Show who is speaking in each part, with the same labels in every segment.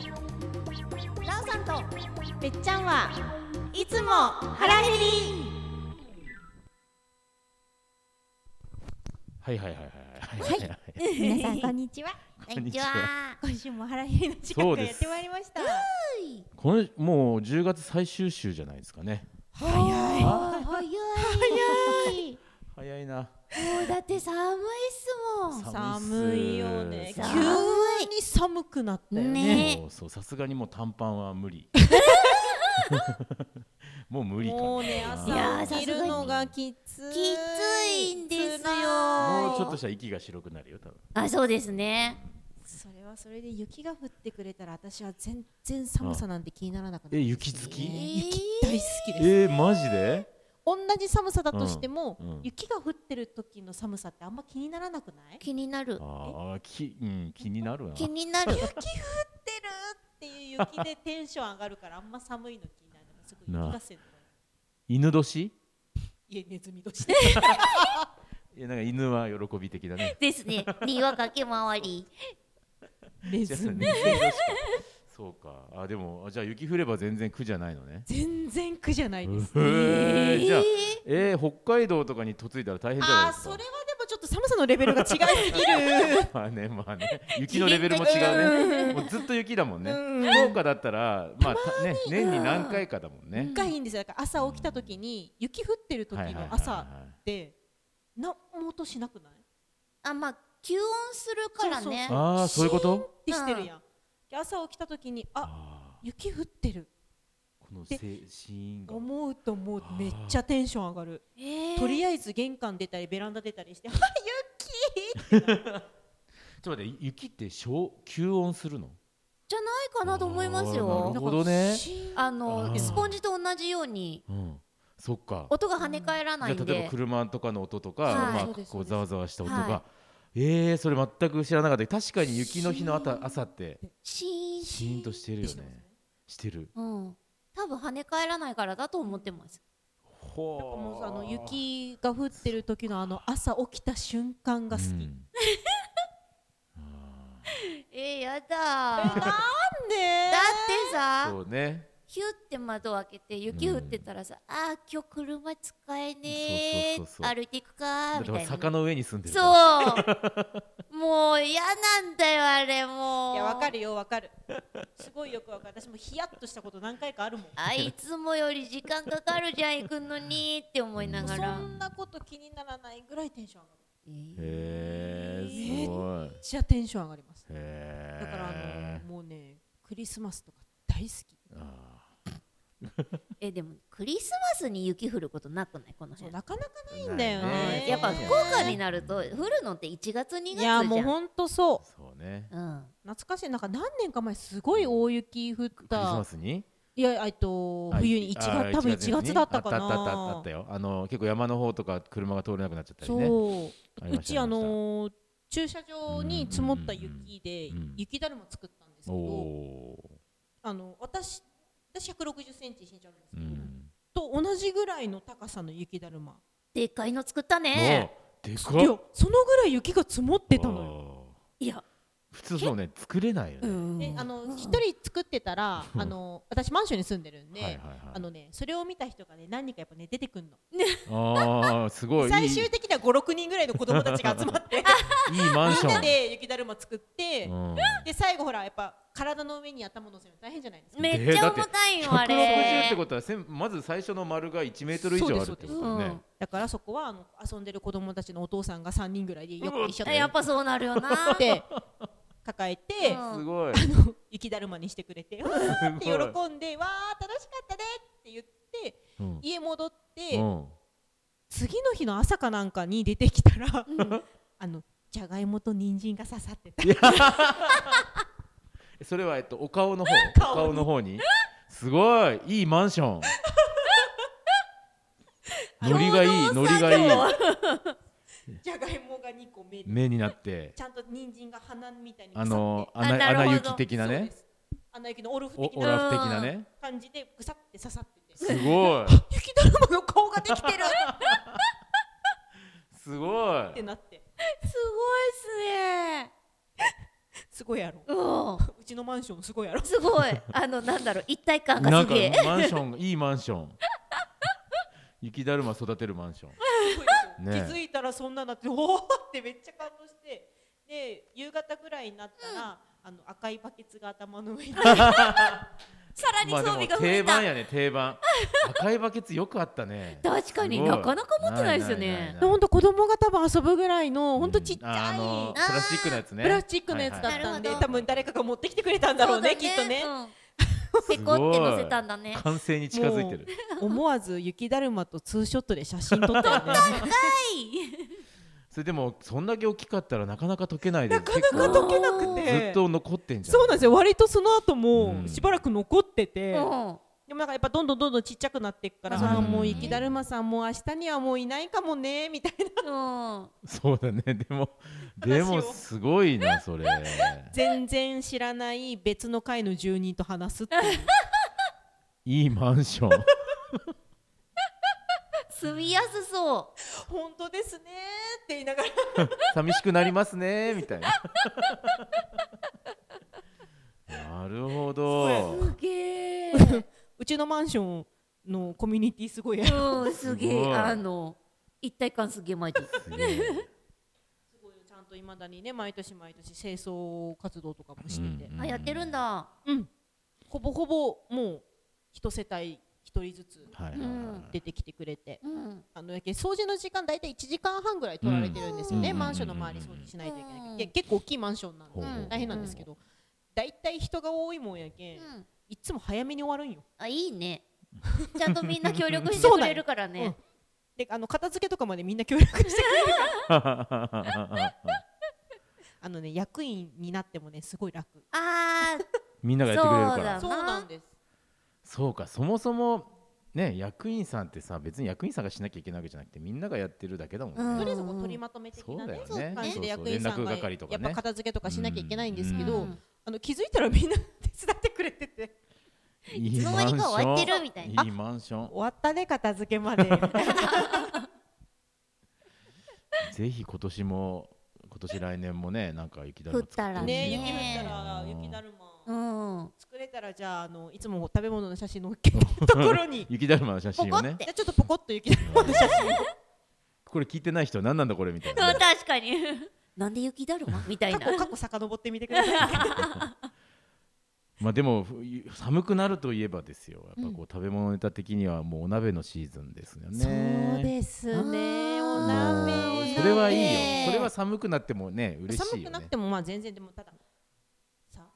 Speaker 1: ラオさんとべっちゃんはいつも腹減り
Speaker 2: はいはいはいはいはいはい
Speaker 3: 皆さんこんにちは
Speaker 2: こんにちは
Speaker 3: 今週も腹減りの時間
Speaker 2: そう
Speaker 3: が
Speaker 2: です
Speaker 3: やってまいりました
Speaker 2: このもう10月最終週じゃないですかね
Speaker 3: 早い
Speaker 1: あ早い早い
Speaker 2: 早いな
Speaker 1: もうだって寒いっす
Speaker 3: 寒いよ ね急
Speaker 1: 寒い
Speaker 3: に寒くなったよね
Speaker 1: ね
Speaker 2: もうそうさすがにもう短パンは無 理もう無理かな
Speaker 3: もうね
Speaker 1: いやー
Speaker 3: 朝起きるのがきつい
Speaker 1: きついんですよ
Speaker 2: もうちょっと
Speaker 3: と
Speaker 2: したら息が白くなるよ多分
Speaker 1: あそうですね
Speaker 3: それはそれで雪が降ってくれたら私は全然寒さなんて気にならなくなる
Speaker 2: え雪好
Speaker 3: えー
Speaker 2: き
Speaker 3: 雪大好きです
Speaker 2: えー、マジで
Speaker 3: 同じ寒さだとしても、
Speaker 2: うんうん
Speaker 3: 雪が降ってる時の寒さってあんま気にならなくない
Speaker 1: 気になる
Speaker 2: ああき、うん、気になるな
Speaker 1: 気になる
Speaker 3: 雪降ってるっていう雪でテンション上がるからあんま寒いの気になるのがすごい雪合戦とか
Speaker 2: 犬年
Speaker 3: いえネズミとして
Speaker 2: いやなんか犬は喜び的だね
Speaker 1: ですね庭駆け回り
Speaker 3: ネ
Speaker 2: じゃあ
Speaker 3: ズ
Speaker 2: ネズミ
Speaker 3: ミ
Speaker 2: 年かそうかあでもあじゃあ雪降れば全然苦じゃないのね
Speaker 3: 全然苦じゃないです、
Speaker 2: うえーじゃあ
Speaker 1: えー
Speaker 2: えー、北海道とかに嫁いだら大変じゃない
Speaker 3: あ
Speaker 2: で
Speaker 3: ー
Speaker 2: す
Speaker 3: そ
Speaker 2: か
Speaker 3: れはでもちょっと寒さのレベルが違い すぎる
Speaker 2: まあねまあね雪のレベルも違うねもうずっと雪だもんね福岡だったらまあたね年に何回かだもんね
Speaker 3: がいいんですよだから朝起きた時に雪降ってる時
Speaker 2: はいはいはい
Speaker 3: の
Speaker 2: はい
Speaker 3: 朝って何も音しなくない
Speaker 1: あまあ吸音するからね
Speaker 3: そう
Speaker 2: ああそういうこと
Speaker 3: ってしてるやんで朝起きた時にあ
Speaker 2: あ
Speaker 3: 雪降ってる
Speaker 2: ーこの精神が
Speaker 3: 思うともうめっちゃテンション上がる
Speaker 1: えー
Speaker 3: とりあえず玄関出たりベランダ出たりして「あ雪!
Speaker 2: ちょっと待って雪って小吸音するの
Speaker 1: じゃないかなと思います
Speaker 2: あーな
Speaker 1: よ
Speaker 2: るほどね」
Speaker 1: あ
Speaker 2: あ
Speaker 1: の
Speaker 2: ー
Speaker 1: スポンジと同じように
Speaker 2: うんそっか
Speaker 1: 音が跳ね返らな
Speaker 2: じ
Speaker 1: い
Speaker 2: ゃ
Speaker 1: ん
Speaker 2: あ例えば
Speaker 1: で
Speaker 2: 車とかの音とか、
Speaker 1: はい
Speaker 2: まあ
Speaker 3: そうで
Speaker 2: こ
Speaker 3: すそう
Speaker 2: う
Speaker 3: です
Speaker 2: ざわざわした音が、
Speaker 1: は
Speaker 2: えー、それ全く知らなかった確かに雪の日の朝朝って
Speaker 1: シーン
Speaker 2: シーンとしてるよ
Speaker 3: してます
Speaker 2: ねしてる
Speaker 1: うん多分跳ね返らないからだと思ってます
Speaker 2: ほ
Speaker 3: だからもうあの雪が降ってる時のあの朝起きた瞬間が好き、
Speaker 2: うん
Speaker 1: えー、やだーだって
Speaker 3: なんで
Speaker 1: さ
Speaker 2: そうね
Speaker 1: ヒュって窓を開けて雪降ってたらさ、ああ今日車使えね
Speaker 2: そうそう
Speaker 1: ー
Speaker 2: そうそう
Speaker 1: 歩いていくかー
Speaker 2: だ
Speaker 1: み
Speaker 2: か
Speaker 1: たい
Speaker 2: ら
Speaker 1: な
Speaker 2: 坂の上に住んでるから
Speaker 1: そ うもう嫌なんだよあれもう
Speaker 3: い
Speaker 1: い
Speaker 3: やわかるよわかるすごいよくわかる私もヒヤッとしたこと何回かあるもん
Speaker 1: あいつもより時間かかるじゃん行くのにって思いながら
Speaker 3: そんなこと気にならないぐらいテンション上がる
Speaker 2: へえすごいへ
Speaker 3: めっちゃテンション上がりますだからあ
Speaker 2: え
Speaker 3: のもうねクリスマスとか大好き
Speaker 1: えでもクリスマスに雪降ることなくないこの
Speaker 3: そう
Speaker 1: 辺
Speaker 3: なかなかないんだよ
Speaker 2: ない
Speaker 3: ね
Speaker 2: ね
Speaker 1: やっぱ福岡になると降るのって1月2月
Speaker 3: い
Speaker 1: じゃ
Speaker 3: や
Speaker 1: ん
Speaker 3: もうほんとそう
Speaker 2: そうね
Speaker 1: うん
Speaker 3: 懐かしいなんか何年か前すごい大雪降っ
Speaker 2: クリスマ
Speaker 3: た
Speaker 2: スに
Speaker 3: いやえっと
Speaker 2: あ
Speaker 3: 冬に1
Speaker 2: あ
Speaker 3: 月多分1月だったか
Speaker 2: あったあったあったあ
Speaker 3: な
Speaker 2: ったよあの結構山の方とか車が通れなくなっちゃったりね
Speaker 3: そ
Speaker 2: あ
Speaker 3: う
Speaker 2: り
Speaker 3: う
Speaker 2: まし
Speaker 3: ち
Speaker 2: た
Speaker 3: あ
Speaker 2: ありました
Speaker 3: のー駐車場に積もった雪で
Speaker 2: うんうんうんうん
Speaker 3: 雪だるま作ったんですけ
Speaker 2: お
Speaker 3: ど
Speaker 2: お
Speaker 3: あの私私160センチ身長あるんです
Speaker 2: ーう
Speaker 3: けど、
Speaker 2: ん
Speaker 3: と同じぐらいの高さの雪だるま
Speaker 1: でっかいの作ったね
Speaker 2: おで
Speaker 3: いや
Speaker 2: かっ
Speaker 3: そのぐらい雪が積もってたのよ
Speaker 2: よ
Speaker 1: いや
Speaker 2: 普通そうね作れないよ
Speaker 1: う
Speaker 2: ね
Speaker 1: ん
Speaker 3: であの一人作ってたらあの私マンションに住んでるんで、
Speaker 2: はいはいはい
Speaker 3: あのねそれを見た人がね何人かやっぱね出てくんの
Speaker 2: ああすごいいい
Speaker 3: 最終的には56人ぐらいの子供たちが集まっ て
Speaker 2: いいマンシ
Speaker 3: み
Speaker 2: ョ
Speaker 3: んな
Speaker 2: ン
Speaker 3: で雪だるま作って、
Speaker 2: うん
Speaker 3: で最後ほらやっぱ体の上に頭乗せるの大変じゃないですか、
Speaker 1: めっちゃ重たいよあ
Speaker 2: 160って
Speaker 1: れ
Speaker 2: ことはせんまず最初の丸が1メートル以上あるっ
Speaker 1: そうで
Speaker 2: てことだ
Speaker 1: すそうです
Speaker 2: ね
Speaker 1: う
Speaker 3: だからそこはあの遊んでる子供たちのお父さんが3人ぐらいでよく一緒
Speaker 1: えやっぱそうなるよな
Speaker 3: で抱えて、
Speaker 1: うん
Speaker 2: すごい
Speaker 3: 雪だるまにしてくれてわーって喜んでわー楽しかったねって言って
Speaker 2: うん
Speaker 3: 家戻って、
Speaker 2: うん
Speaker 3: 次の日の朝かなんかに出てきたら、あのじゃがいもと人参が刺さってた
Speaker 2: それはえっとお顔 の方お顔の方にすごいいいマンシ ョンノリがいいノリがいい
Speaker 3: じゃがいもが2個目
Speaker 2: 目になって
Speaker 3: ちゃんと人参が鼻みたいに
Speaker 2: あの
Speaker 1: あ
Speaker 2: 穴
Speaker 1: なるほど
Speaker 2: 穴雪的な
Speaker 3: そう
Speaker 2: ね
Speaker 3: です穴行きのオルフ
Speaker 2: お
Speaker 3: 的
Speaker 2: オ
Speaker 3: な
Speaker 2: ラフ的なね
Speaker 3: 感じでぐさって刺さってて
Speaker 2: すごい
Speaker 3: 雪だるまの顔ができてる
Speaker 2: すご
Speaker 3: って
Speaker 2: い
Speaker 3: なって
Speaker 1: すごいっすね
Speaker 3: ごいやろ
Speaker 1: うん
Speaker 3: うちのマンションすごいやろ
Speaker 1: すごいあのなんだろう一体感
Speaker 2: な
Speaker 1: が
Speaker 2: ん
Speaker 1: す
Speaker 2: か
Speaker 1: げえ
Speaker 2: マンションいいマンション雪だるま育てるマンシ ョン
Speaker 3: 気
Speaker 2: ね
Speaker 3: づいたらそんななっておおってめっちゃ感動してで夕方ぐらいになったら、あの赤いバケツが頭の上に
Speaker 1: さらに
Speaker 2: ま
Speaker 1: 装
Speaker 2: あ
Speaker 1: 備
Speaker 2: でも
Speaker 1: が増
Speaker 2: 定
Speaker 1: えた、
Speaker 2: 番やね定番赤いバケツよくあったね
Speaker 1: 確かに
Speaker 2: すごい
Speaker 1: なかなか持ってないですよね
Speaker 2: な
Speaker 3: ほんと子供が多分遊ぶぐらいのほんと
Speaker 2: うん
Speaker 3: ちっち
Speaker 2: あ
Speaker 3: ゃい、
Speaker 2: の
Speaker 1: あー
Speaker 2: プラスチックのやつね
Speaker 3: プラスチックのやつだ
Speaker 2: はい
Speaker 3: ったんで、
Speaker 1: なるほど
Speaker 3: 多分誰かが持ってきてくれたんだろうねきっとね、
Speaker 1: うん、ペコって乗せたんだね
Speaker 2: はい完成に近づいてる
Speaker 3: 思わず雪だるまとツーショットで写真撮ったよね
Speaker 2: それでもそんだけ大きかったらなかなか溶 けないで
Speaker 3: なかなか溶けな
Speaker 2: 結
Speaker 3: く
Speaker 2: 構ず
Speaker 3: て
Speaker 2: っと残ってんじゃん
Speaker 3: そうなんですよ割とその後
Speaker 2: う
Speaker 3: も
Speaker 2: ん
Speaker 3: しばらく残ってて、
Speaker 1: うん
Speaker 3: でもなんかやっぱどんどんどんどんちっちゃくなっていくから、
Speaker 1: まあ
Speaker 3: あ
Speaker 2: そう
Speaker 3: あ
Speaker 2: だね
Speaker 3: もう雪だるまさんもう明日にはもういないかもねみたいな
Speaker 1: うん
Speaker 2: そうだねで もでもすごいなそれ
Speaker 3: 全然知らない別の階の住人と話すっていう
Speaker 2: いいマンショ ン
Speaker 1: 住みやすそ
Speaker 3: 本当ですねって言いながら
Speaker 2: 寂しくなりますねみたいななるほど
Speaker 1: うすげえ
Speaker 3: うちのマンションのコミュニティすごいや
Speaker 1: うんすげ
Speaker 2: すご
Speaker 1: え
Speaker 2: い
Speaker 1: あの一体感すげえマイティ
Speaker 2: すげえ
Speaker 3: すごいちゃんといまだにね毎年毎年清掃活動とかもしてて、
Speaker 2: うん
Speaker 1: あやってるんだ
Speaker 3: うんほぼほぼもう一世帯一人ずつ
Speaker 2: はいはいはい
Speaker 1: うん
Speaker 3: 出てきてくれて、
Speaker 1: うん
Speaker 3: あのやけ掃除の時間大体1時間半ぐらい取られてるんですよね、
Speaker 2: うん
Speaker 3: マンションの周り掃除しないといけない、
Speaker 1: うん
Speaker 3: け結構大きいマンションなん
Speaker 2: ほう
Speaker 3: で
Speaker 2: ほう
Speaker 3: 大変なんですけど、大体人が多いもんやけん、
Speaker 1: うん
Speaker 3: いつも早めに終わるんよ
Speaker 1: あいいねちゃんとみんな協力して
Speaker 3: そう
Speaker 1: く
Speaker 3: だ
Speaker 1: れ
Speaker 3: よ
Speaker 1: るから
Speaker 3: う
Speaker 1: ね
Speaker 3: んであの片付けとかまでみんな協力してくれるあのね役員になってもねすごい楽
Speaker 1: あー
Speaker 2: みんながやって
Speaker 1: そうだ
Speaker 2: くれるから
Speaker 1: な
Speaker 2: そう
Speaker 3: そうなんです
Speaker 2: かそもそもね役員さんってさ別に役員さんがしなきゃいけないわけじゃなくてみんながやってるだけだもんね、
Speaker 1: うん
Speaker 3: とりあえずこう取りまとめ的なね
Speaker 2: そうだよね
Speaker 3: 感じで
Speaker 2: そうそう
Speaker 3: 役員さんが
Speaker 2: 連絡
Speaker 3: や
Speaker 2: 係とかね
Speaker 3: っぱ片付けとかしなきゃいけないんですけ
Speaker 2: う
Speaker 3: ど、
Speaker 1: ん
Speaker 3: あの気づいたらみんな手伝ってくれてて
Speaker 2: い
Speaker 1: いつの間にか終わってるみたいない
Speaker 2: いマンション
Speaker 3: 終わったね片付けまで
Speaker 2: ぜひ今年も今年来年もねなんか雪だるま
Speaker 1: 降ったら
Speaker 2: 作って
Speaker 3: ね
Speaker 2: ほし
Speaker 1: ね
Speaker 2: いな
Speaker 3: 雪降ったら雪だる
Speaker 1: う
Speaker 3: ま
Speaker 1: ん
Speaker 3: 作れたらじゃああのいつも食べ物の写真のっけたところ にじ
Speaker 2: 雪だるまの写真をね
Speaker 3: ゃあちょっとポコッと雪だるまの写真を
Speaker 2: これ聞いてない人は何なんだこれみたい
Speaker 1: うん
Speaker 2: な
Speaker 1: 確かになんで雪だるまみたいな
Speaker 3: 過去過去遡ってみてください
Speaker 2: まあでもふ寒くなるといえばですよやっぱこう食べ物ネタ的にはもうお鍋のシーズンですよね
Speaker 3: す
Speaker 1: ねお
Speaker 3: 鍋
Speaker 2: もう
Speaker 3: お鍋
Speaker 2: それはいいよ
Speaker 1: ね
Speaker 2: それは寒くなってもね嬉し
Speaker 3: 寒
Speaker 2: いよ
Speaker 3: くなく
Speaker 2: ね
Speaker 3: てもまあ全然でもたださ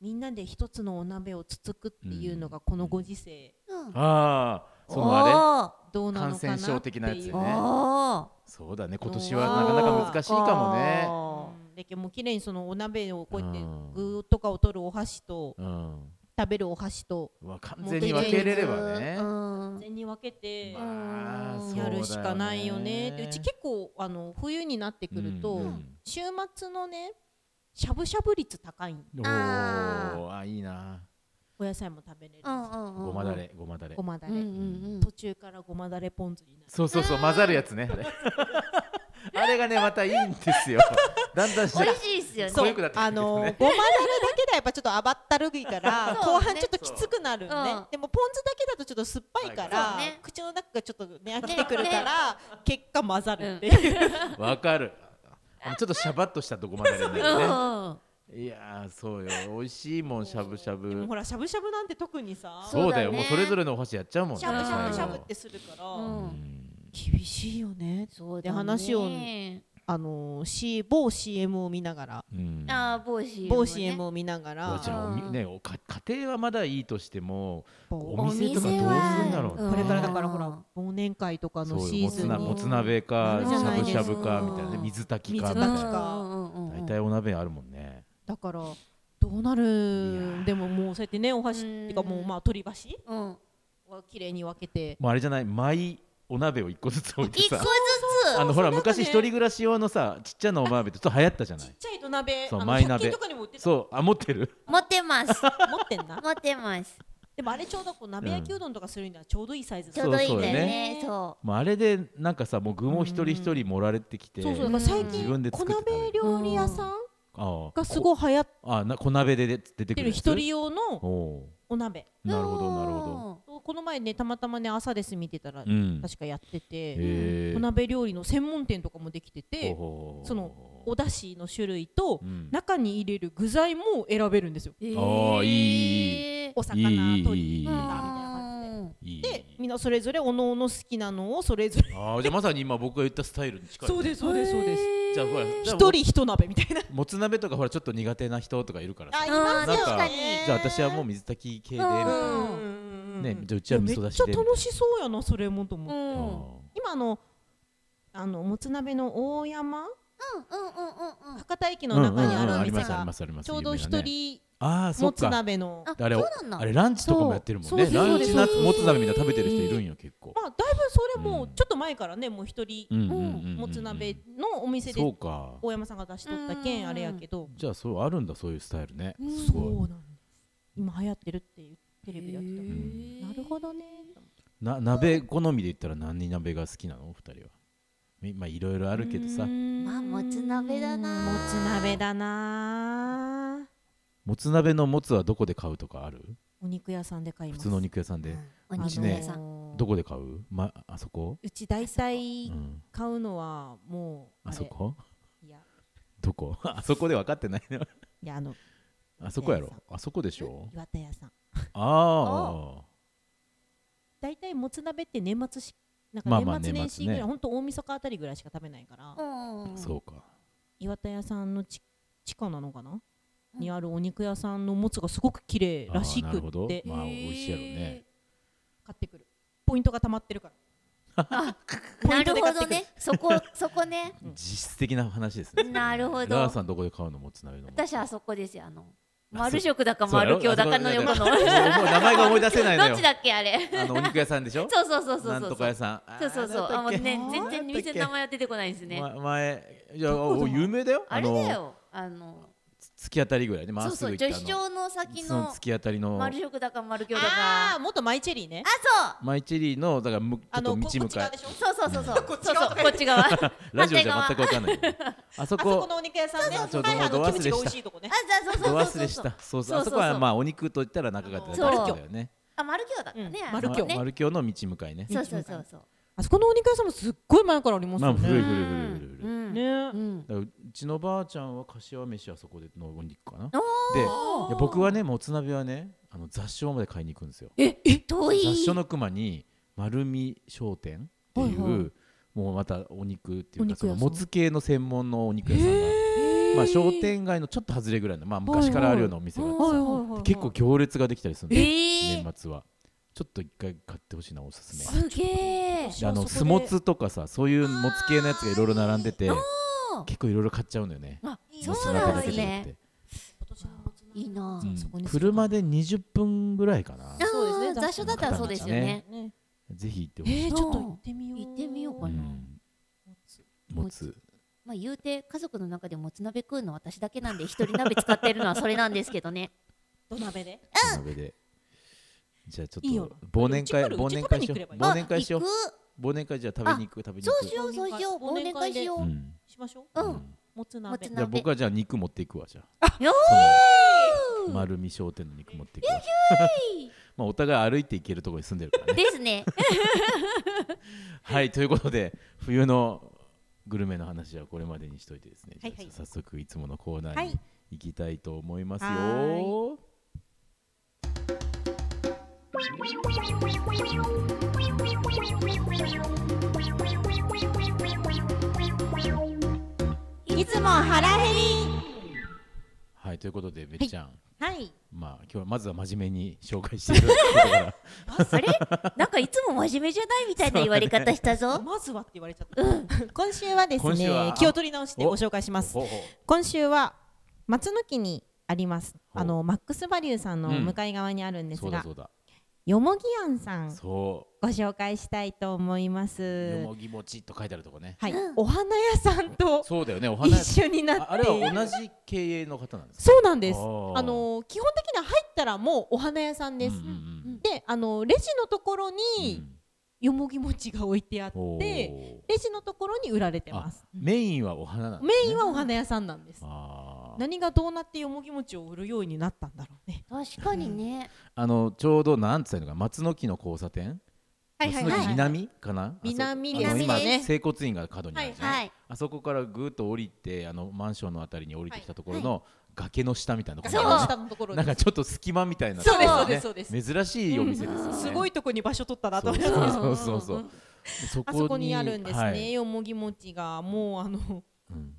Speaker 3: みんなで一つのお鍋をつつくっていうのがこのご時世
Speaker 1: うん
Speaker 2: ああそのあれ
Speaker 3: どうなのかなっていう
Speaker 2: 感染症的なやつね
Speaker 1: おーお
Speaker 2: そうだね今年はなかなか難しいかもね
Speaker 3: うんでもう綺麗にそのお鍋をこうやって
Speaker 2: うん
Speaker 3: 具とかを取るお箸と
Speaker 2: うん
Speaker 3: 食べるお箸と
Speaker 2: うわ完全に分けれればね
Speaker 1: うん
Speaker 3: 全に分けて
Speaker 2: まあそうだ
Speaker 3: や
Speaker 2: よね
Speaker 3: るしかないよねってうち結構あの冬になってくる
Speaker 2: う
Speaker 3: と
Speaker 2: ん
Speaker 3: 週末のねしゃぶしゃぶ率高いん
Speaker 2: お
Speaker 1: あー
Speaker 2: ーあいいな
Speaker 3: お野菜も食べれる
Speaker 1: うんうんうんうん
Speaker 2: ごまだれごまだれ
Speaker 3: ごまだ
Speaker 1: うんう
Speaker 3: れ
Speaker 1: ん
Speaker 3: 途中からごまだれポン酢になる
Speaker 2: そうそうそう混ざるやつねあれ あれがねまたいいんです よだんだん
Speaker 1: うん美味しいですよね
Speaker 2: そう
Speaker 3: そ
Speaker 2: 濃
Speaker 3: う
Speaker 2: くなってきて
Speaker 3: あ
Speaker 2: るけど
Speaker 3: の
Speaker 2: ね
Speaker 3: ーごまだれだけではやっぱちょっと甘ったるいから
Speaker 1: そう
Speaker 3: 後半ちょっときつくなるん
Speaker 1: そう
Speaker 3: ね
Speaker 1: うん
Speaker 3: でもポン酢だけだとちょっと酸っぱいか
Speaker 1: そう
Speaker 3: ら、
Speaker 1: ね
Speaker 3: 口の中がちょっとね飽きてくるから、結果混ざるっていう、
Speaker 2: わかるあのちょっとシャバっとしたとこまであるんだ
Speaker 1: う
Speaker 2: よ
Speaker 1: ん
Speaker 2: ねいやーそうよ美味しいもんしゃぶしゃ
Speaker 3: で も
Speaker 2: ぶ
Speaker 3: ほらしゃぶしゃぶなんて特にさ
Speaker 1: そ
Speaker 2: そうだ
Speaker 1: そうだ
Speaker 2: よ
Speaker 1: ね
Speaker 2: もうそれぞれのお箸やっちゃうもんね
Speaker 3: しゃぶしゃぶしゃぶっ
Speaker 2: 最
Speaker 3: てするから、
Speaker 1: う
Speaker 2: 後
Speaker 1: ん
Speaker 2: うん
Speaker 3: 厳しいよね
Speaker 1: そう
Speaker 3: で
Speaker 1: だね
Speaker 3: 話をあのー、C 某 CM を見ながら
Speaker 2: うん
Speaker 1: ああ某 CM ね
Speaker 3: 某 CM を見なが
Speaker 2: うわ
Speaker 3: ら
Speaker 2: じゃあおみねおか家庭はまだいいとしても
Speaker 3: こ
Speaker 2: お店とかどうすんだろうね
Speaker 1: お店は
Speaker 3: うこれからだからほ
Speaker 1: う
Speaker 3: ら
Speaker 1: ん
Speaker 3: 忘年会とか
Speaker 2: そ
Speaker 3: の
Speaker 2: う
Speaker 3: シ
Speaker 2: よも
Speaker 3: ーズ
Speaker 2: つ
Speaker 3: ン
Speaker 2: な
Speaker 3: に
Speaker 2: もつ鍋
Speaker 3: な
Speaker 2: か
Speaker 3: る
Speaker 2: し
Speaker 3: じゃ
Speaker 2: ゃ
Speaker 3: ない
Speaker 2: ぶ
Speaker 3: です
Speaker 2: し
Speaker 3: か
Speaker 2: ゃぶかみたいなね水炊きかみ
Speaker 3: 水
Speaker 2: たい
Speaker 3: 炊き
Speaker 2: な
Speaker 3: か
Speaker 1: うんうんうんう
Speaker 2: 大
Speaker 1: ん
Speaker 2: 体お鍋あるもんね
Speaker 3: だからどうなる
Speaker 2: や
Speaker 3: んでももうそうやってねお箸っ
Speaker 1: うん
Speaker 3: ていうかもうまあ取り箸
Speaker 1: うん
Speaker 3: は綺麗に分けて
Speaker 2: もうあれじゃない毎お鍋を一個ずつ置いて
Speaker 1: 一個
Speaker 2: さ
Speaker 1: ずつ
Speaker 2: あのほら昔
Speaker 3: なん
Speaker 2: 一
Speaker 3: かね
Speaker 2: 人暮らし用のさちっちゃなお鍋ってちょっと流行ったじゃな
Speaker 3: ちっ
Speaker 2: い
Speaker 3: ちゃい土鍋あ
Speaker 2: そう
Speaker 3: の
Speaker 2: マイ
Speaker 3: 100
Speaker 2: 鍋
Speaker 3: 均とかにも売ってた
Speaker 2: そうあ持ってる
Speaker 1: 持ってます
Speaker 3: 持ってんな
Speaker 1: 持ってます
Speaker 3: でもあれちょうどこう鍋焼きうどんとかするにはちょうどいいサイズ
Speaker 1: ちょ
Speaker 3: だ
Speaker 2: そうう
Speaker 1: どいいんだよ
Speaker 3: そうだ
Speaker 1: ね
Speaker 3: よね
Speaker 1: そ
Speaker 2: もうあれでなんかさもう具も一人一人盛られてきて
Speaker 3: そうそうだ
Speaker 1: ん
Speaker 3: から最
Speaker 2: 自分
Speaker 3: 近
Speaker 2: で
Speaker 3: 小
Speaker 2: 作って食べ
Speaker 3: 鍋
Speaker 2: る
Speaker 3: 料理屋さん
Speaker 2: ああ
Speaker 3: がすごい流行っ
Speaker 2: あな小鍋で出てく
Speaker 3: て
Speaker 2: る
Speaker 3: る
Speaker 2: やつ
Speaker 3: 一人用の
Speaker 2: おお
Speaker 3: お鍋
Speaker 2: うなるほどなるほど
Speaker 3: この前ねたまたまね朝です見てた
Speaker 2: う
Speaker 3: ら
Speaker 2: ん
Speaker 3: 確かやってて、
Speaker 2: へえ
Speaker 3: お鍋料理の専門店とかもできて
Speaker 2: ほう
Speaker 3: て
Speaker 2: ほうほう
Speaker 3: そのお出汁の種類と
Speaker 2: うん
Speaker 3: 中に入れる具材も選べるんですよ
Speaker 1: ど
Speaker 2: あーいい
Speaker 1: いい
Speaker 3: お魚
Speaker 2: いいいい
Speaker 3: 鶏
Speaker 2: いいいい
Speaker 3: みたいな感
Speaker 2: いい
Speaker 3: じででみんなそれぞれおのおの好きなのをそれぞれ
Speaker 2: ああじゃあまさに今僕が言ったスタイルに近いね
Speaker 3: そうですそうですそうです
Speaker 2: じゃあほらじゃあ
Speaker 3: 一人一鍋みたいな
Speaker 2: もつ鍋とかほらちょっと苦手な人とかいるからさ
Speaker 1: います
Speaker 2: よね
Speaker 1: 確かに
Speaker 2: じゃあ私はもう水炊き系でみたいな
Speaker 1: うん
Speaker 3: うん
Speaker 2: ねじゃあうちは味噌出しで
Speaker 3: めっちゃ楽しそうやなそれもと思
Speaker 1: う
Speaker 3: って、
Speaker 2: あ
Speaker 1: んうん
Speaker 2: ー
Speaker 3: 今あのあのもつ鍋の大山
Speaker 1: うんうんうん
Speaker 3: 博多駅の中に
Speaker 2: う
Speaker 3: ある
Speaker 2: んうんうん
Speaker 3: お
Speaker 2: ありま
Speaker 3: 店
Speaker 2: すあり
Speaker 3: が
Speaker 2: ますあります
Speaker 3: ちょうど一
Speaker 2: 有名なね
Speaker 3: 人
Speaker 2: ああそ
Speaker 3: も
Speaker 2: っ
Speaker 3: つ
Speaker 2: か
Speaker 3: 鍋の
Speaker 1: あ
Speaker 2: あれ
Speaker 1: そうなんだ
Speaker 2: あれランチとかもやってるもんね
Speaker 3: そうそう
Speaker 2: ランチな
Speaker 1: そう
Speaker 2: もつ鍋みたいなの食べてる人いるんよ結構
Speaker 3: まあだいぶそれも
Speaker 2: うん
Speaker 3: ちょっと前からねもう一人
Speaker 2: うんうんうんうんうん
Speaker 3: もつ鍋のお店
Speaker 2: そ
Speaker 3: で
Speaker 2: うか
Speaker 3: 大山さんが出しとったけ
Speaker 1: うん
Speaker 3: んあれやけど
Speaker 2: じゃあそうあるんだそういうスタイルね
Speaker 1: うん
Speaker 2: す
Speaker 3: そ
Speaker 2: ごいう
Speaker 3: なんです今流行ってるってテレビでやってた
Speaker 1: へー
Speaker 3: なるほどね
Speaker 2: な鍋好みで言ったら何鍋が好きなのお二人はみまあいろいろあるけどさ
Speaker 3: ま
Speaker 1: まあもつ鍋だな
Speaker 3: もつ鍋だな
Speaker 2: もつ鍋のもつはどこで買うとかある
Speaker 3: お肉屋さんで買いま
Speaker 2: 普
Speaker 3: す
Speaker 2: 通のお肉屋さんで
Speaker 1: お
Speaker 2: うち
Speaker 1: 肉
Speaker 2: ね
Speaker 1: 屋さん
Speaker 2: どこで買うまあそこ
Speaker 3: うち大
Speaker 2: う
Speaker 3: 体
Speaker 2: ん
Speaker 3: 買うのはもう
Speaker 2: あ
Speaker 3: れ
Speaker 2: そこ
Speaker 3: いや
Speaker 2: どこ あそこで分かってないの
Speaker 3: いやあの
Speaker 2: あそこやろあそこでしょ
Speaker 3: 岩田屋さん
Speaker 2: ああ
Speaker 3: 大体もつ鍋って年末しなん
Speaker 2: まあまあ
Speaker 3: か年末年始
Speaker 2: 年末ね
Speaker 3: ぐらい本当大晦日あたりぐらいしか食べないから
Speaker 1: うん
Speaker 2: そうか
Speaker 3: 岩田屋さんのち地下なのかなにあるお肉屋さんのもつがすごく綺麗らし
Speaker 2: あーな
Speaker 3: く
Speaker 2: るほど
Speaker 3: って
Speaker 2: まあ美味しいやろうね
Speaker 3: 買ってくるポイントが溜まってるから
Speaker 1: へーなるほどねそこそこね
Speaker 3: うん
Speaker 2: 実質的な話です ね
Speaker 1: なるほど
Speaker 2: ラーさんどこで買うのもつ鍋のもつ
Speaker 1: 私はそこですよあの
Speaker 2: あ
Speaker 1: 丸食だか
Speaker 2: そうやろ
Speaker 1: 丸強だかの横の
Speaker 2: あそこだからもう名前が思い出せないの
Speaker 1: ど
Speaker 2: よ
Speaker 1: っちだっけあれ
Speaker 2: あのお肉屋さんでしょ
Speaker 1: そうそうそうそう
Speaker 2: な
Speaker 1: そ
Speaker 2: んと
Speaker 1: う
Speaker 2: か屋さん
Speaker 1: そうそうそうあもうね全然店の名
Speaker 2: 前
Speaker 1: 前は出てこないですね
Speaker 2: 前いや
Speaker 3: どこだ
Speaker 2: お有名だよ
Speaker 1: あれだ
Speaker 2: の
Speaker 1: よあの
Speaker 2: 突き当たりぐらいねま
Speaker 1: そ
Speaker 2: っ
Speaker 1: う
Speaker 2: す
Speaker 1: そ
Speaker 2: ぐ
Speaker 1: う
Speaker 2: 行った
Speaker 1: 女
Speaker 2: あ
Speaker 1: 子町の先
Speaker 2: その
Speaker 1: の
Speaker 2: 突き当たりの
Speaker 1: 丸食だか丸強だ
Speaker 3: あ
Speaker 1: か
Speaker 3: あ元マイチェリーね
Speaker 1: あそ
Speaker 2: マイチェリーのだからむちょ
Speaker 3: あ
Speaker 2: っと道
Speaker 3: のここっち
Speaker 2: 向か
Speaker 3: 側
Speaker 2: い
Speaker 3: でしょ
Speaker 1: うそうそうそうそう
Speaker 3: こっち
Speaker 1: そう
Speaker 3: 側
Speaker 1: そうこっち側あそう
Speaker 2: ラジオじゃ全くわかんないよあそ
Speaker 3: あそこ
Speaker 2: こ
Speaker 3: のお肉屋さんね
Speaker 2: そうそうそう
Speaker 3: はいあ
Speaker 2: ど
Speaker 3: の
Speaker 2: 忘れ
Speaker 3: キムチが美味しいとこね
Speaker 1: そうそう
Speaker 2: ド
Speaker 1: そう
Speaker 2: 忘
Speaker 1: そう
Speaker 2: れ
Speaker 1: そ
Speaker 2: し
Speaker 1: う
Speaker 2: たそうそう
Speaker 1: そう
Speaker 2: あ
Speaker 1: そ
Speaker 2: そうこはまあお肉といったら中が
Speaker 3: あ
Speaker 1: の
Speaker 2: 大だよね
Speaker 1: あ丸強だ
Speaker 3: うん
Speaker 1: ねあ
Speaker 3: 丸
Speaker 1: そ
Speaker 3: 京
Speaker 1: うね
Speaker 2: 丸京の道向かいね
Speaker 1: そうそうそうそう
Speaker 3: あそこのお肉屋さんもすっごい前からあります
Speaker 2: まあ
Speaker 3: よ
Speaker 2: 古い古い
Speaker 3: ね
Speaker 2: 古い古い古い
Speaker 1: うんうん
Speaker 3: ね
Speaker 1: うん
Speaker 2: だからうちのばあちゃんは柏飯はそこでのお肉かな
Speaker 1: お
Speaker 2: でいや僕はねもつ鍋はねあの雑誌まで買いに行くんですよ
Speaker 1: ええ遠い
Speaker 2: 雑所の熊に丸見商店っていう、
Speaker 3: はいは
Speaker 2: もうまたお肉っていうか
Speaker 3: お肉
Speaker 2: そ
Speaker 3: 屋
Speaker 2: の
Speaker 3: さん
Speaker 2: もつ系の専門のお肉屋さんがあって、まあ、商店街のちょっと外れぐらいの、まあ、昔からあるようなお店があってさ、
Speaker 3: はいはいはい
Speaker 2: 結構行列ができたりするの、
Speaker 1: えー
Speaker 2: 年末はちょっと一回買ってほしいなおすすめ
Speaker 1: すげえ
Speaker 2: であの
Speaker 3: そ
Speaker 2: す
Speaker 3: こで
Speaker 2: もつとかさそういうもつ系のやつがいろいろ並んでて結構いろいろ買っちゃうんだよね
Speaker 1: あ
Speaker 2: もつ
Speaker 1: そう
Speaker 2: 鍋
Speaker 1: な
Speaker 2: だ
Speaker 1: ん
Speaker 2: け
Speaker 1: です
Speaker 2: じゃなく
Speaker 1: ね
Speaker 2: て、
Speaker 1: いいな
Speaker 2: うん
Speaker 3: そこに
Speaker 2: 車で20分ぐらいかな
Speaker 1: あ
Speaker 3: そうですね
Speaker 1: ー雑所だったらそうですよね
Speaker 3: ね
Speaker 2: ぜひ行ってほしい、
Speaker 3: えーちょっと行ってみよう
Speaker 1: 行ってみよう
Speaker 2: う
Speaker 1: かな、
Speaker 2: ん、もつ
Speaker 1: まあ言うて家族の中でもつ鍋食うの私だけなんで一人鍋使ってるのはそれなんですけどね
Speaker 3: 土鍋で
Speaker 2: 土鍋で。じゃあち
Speaker 3: いい
Speaker 2: ょっ
Speaker 3: よ
Speaker 2: と忘年会
Speaker 3: うち来る
Speaker 2: 忘年会しよう
Speaker 3: うち来るに来れば
Speaker 2: 忘年会しよ
Speaker 1: あ行
Speaker 2: う忘年会じゃあ食べに行く食べに行く
Speaker 1: くそうしようそうしよう
Speaker 3: 忘
Speaker 1: 忘
Speaker 3: 年
Speaker 1: 年
Speaker 3: 会
Speaker 1: 会
Speaker 3: で
Speaker 1: しよう、
Speaker 2: うん
Speaker 3: しましょう
Speaker 1: うん
Speaker 3: もつ
Speaker 1: も
Speaker 3: 鍋
Speaker 1: つ
Speaker 2: じゃあ
Speaker 1: 鍋
Speaker 2: 僕はじゃあ肉持っていくわじゃ
Speaker 1: よ
Speaker 2: あ
Speaker 1: ー
Speaker 2: 丸見商店の肉持っていくわまあお互い歩いて行けるところに住んでるからね
Speaker 1: ですね
Speaker 2: はいということで冬のグルメの話はこれまでにしといてですねじゃあ
Speaker 3: はいはい
Speaker 2: 早速いつものコーナ
Speaker 3: は
Speaker 2: ー
Speaker 3: い
Speaker 2: に行きたいと思います
Speaker 3: はー
Speaker 2: よ
Speaker 4: いつも腹減り
Speaker 2: はいということでべっちゃん
Speaker 3: はい
Speaker 2: まあ今日はまずは真面目に紹介していただくことから
Speaker 1: あれなんかいつも真面目じゃないみたいな言われ方したぞ、
Speaker 3: まずはって言われちゃった今週はです
Speaker 2: 今週は
Speaker 3: ね気を取り直してご紹介します
Speaker 2: ほうほう
Speaker 3: 今週は松の木にあります
Speaker 2: ほう
Speaker 3: あのマックスバリューさんの
Speaker 2: うん
Speaker 3: 向かい側にあるんです
Speaker 2: そうだ
Speaker 3: が
Speaker 2: そうだ
Speaker 3: よもぎあんさん
Speaker 2: そう
Speaker 3: ご紹介したいと思いま
Speaker 2: よ
Speaker 3: す
Speaker 2: もぎ餅と書いてあるとこね。
Speaker 3: はいお花屋さんと
Speaker 2: そうだよね、お花屋
Speaker 3: 一緒にな
Speaker 2: ああ
Speaker 3: っ
Speaker 2: れ
Speaker 3: て
Speaker 2: は同じ経営の方なんですか。
Speaker 3: そうなんです
Speaker 2: あ
Speaker 3: あ
Speaker 2: ー
Speaker 3: の基本的には入ったらもうお花屋さんです
Speaker 2: うんうんうん
Speaker 3: であのレジのところによもぎ餅が置いてあっ
Speaker 2: お
Speaker 3: て
Speaker 2: ー
Speaker 3: レジのところに売られてま
Speaker 2: あ
Speaker 3: す
Speaker 2: メインはお花なんです
Speaker 3: メ
Speaker 2: ね
Speaker 3: インはお花屋さんなんです
Speaker 2: あー
Speaker 3: 何がどうなってよもぎ餅を売るようになったんだろうね
Speaker 1: 確かにね。
Speaker 2: あのちょうどなんつったのか松の木の交差点松の木南かなあそこ
Speaker 3: 南
Speaker 1: です
Speaker 2: あの今
Speaker 3: ね
Speaker 2: 整骨院が角にあるじゃん
Speaker 1: はい。
Speaker 2: あそこからぐーっと降りてあのマンションのあたりに降りてきたところの崖の下みたいなとこ
Speaker 3: 崖
Speaker 2: ろ
Speaker 1: そう
Speaker 2: が
Speaker 3: の下のところ
Speaker 2: な
Speaker 3: で
Speaker 2: んかちょっと隙間みたいな
Speaker 3: そう
Speaker 1: です
Speaker 2: ところね
Speaker 3: そうですそう
Speaker 2: 珍しいお店ですよね
Speaker 3: すごいとこに場所取ったなと思って
Speaker 2: そうそうそうそう
Speaker 1: うん
Speaker 2: そ
Speaker 3: あそこにあるんですね、
Speaker 2: はい
Speaker 3: よもぎ餅がもうあの
Speaker 2: うん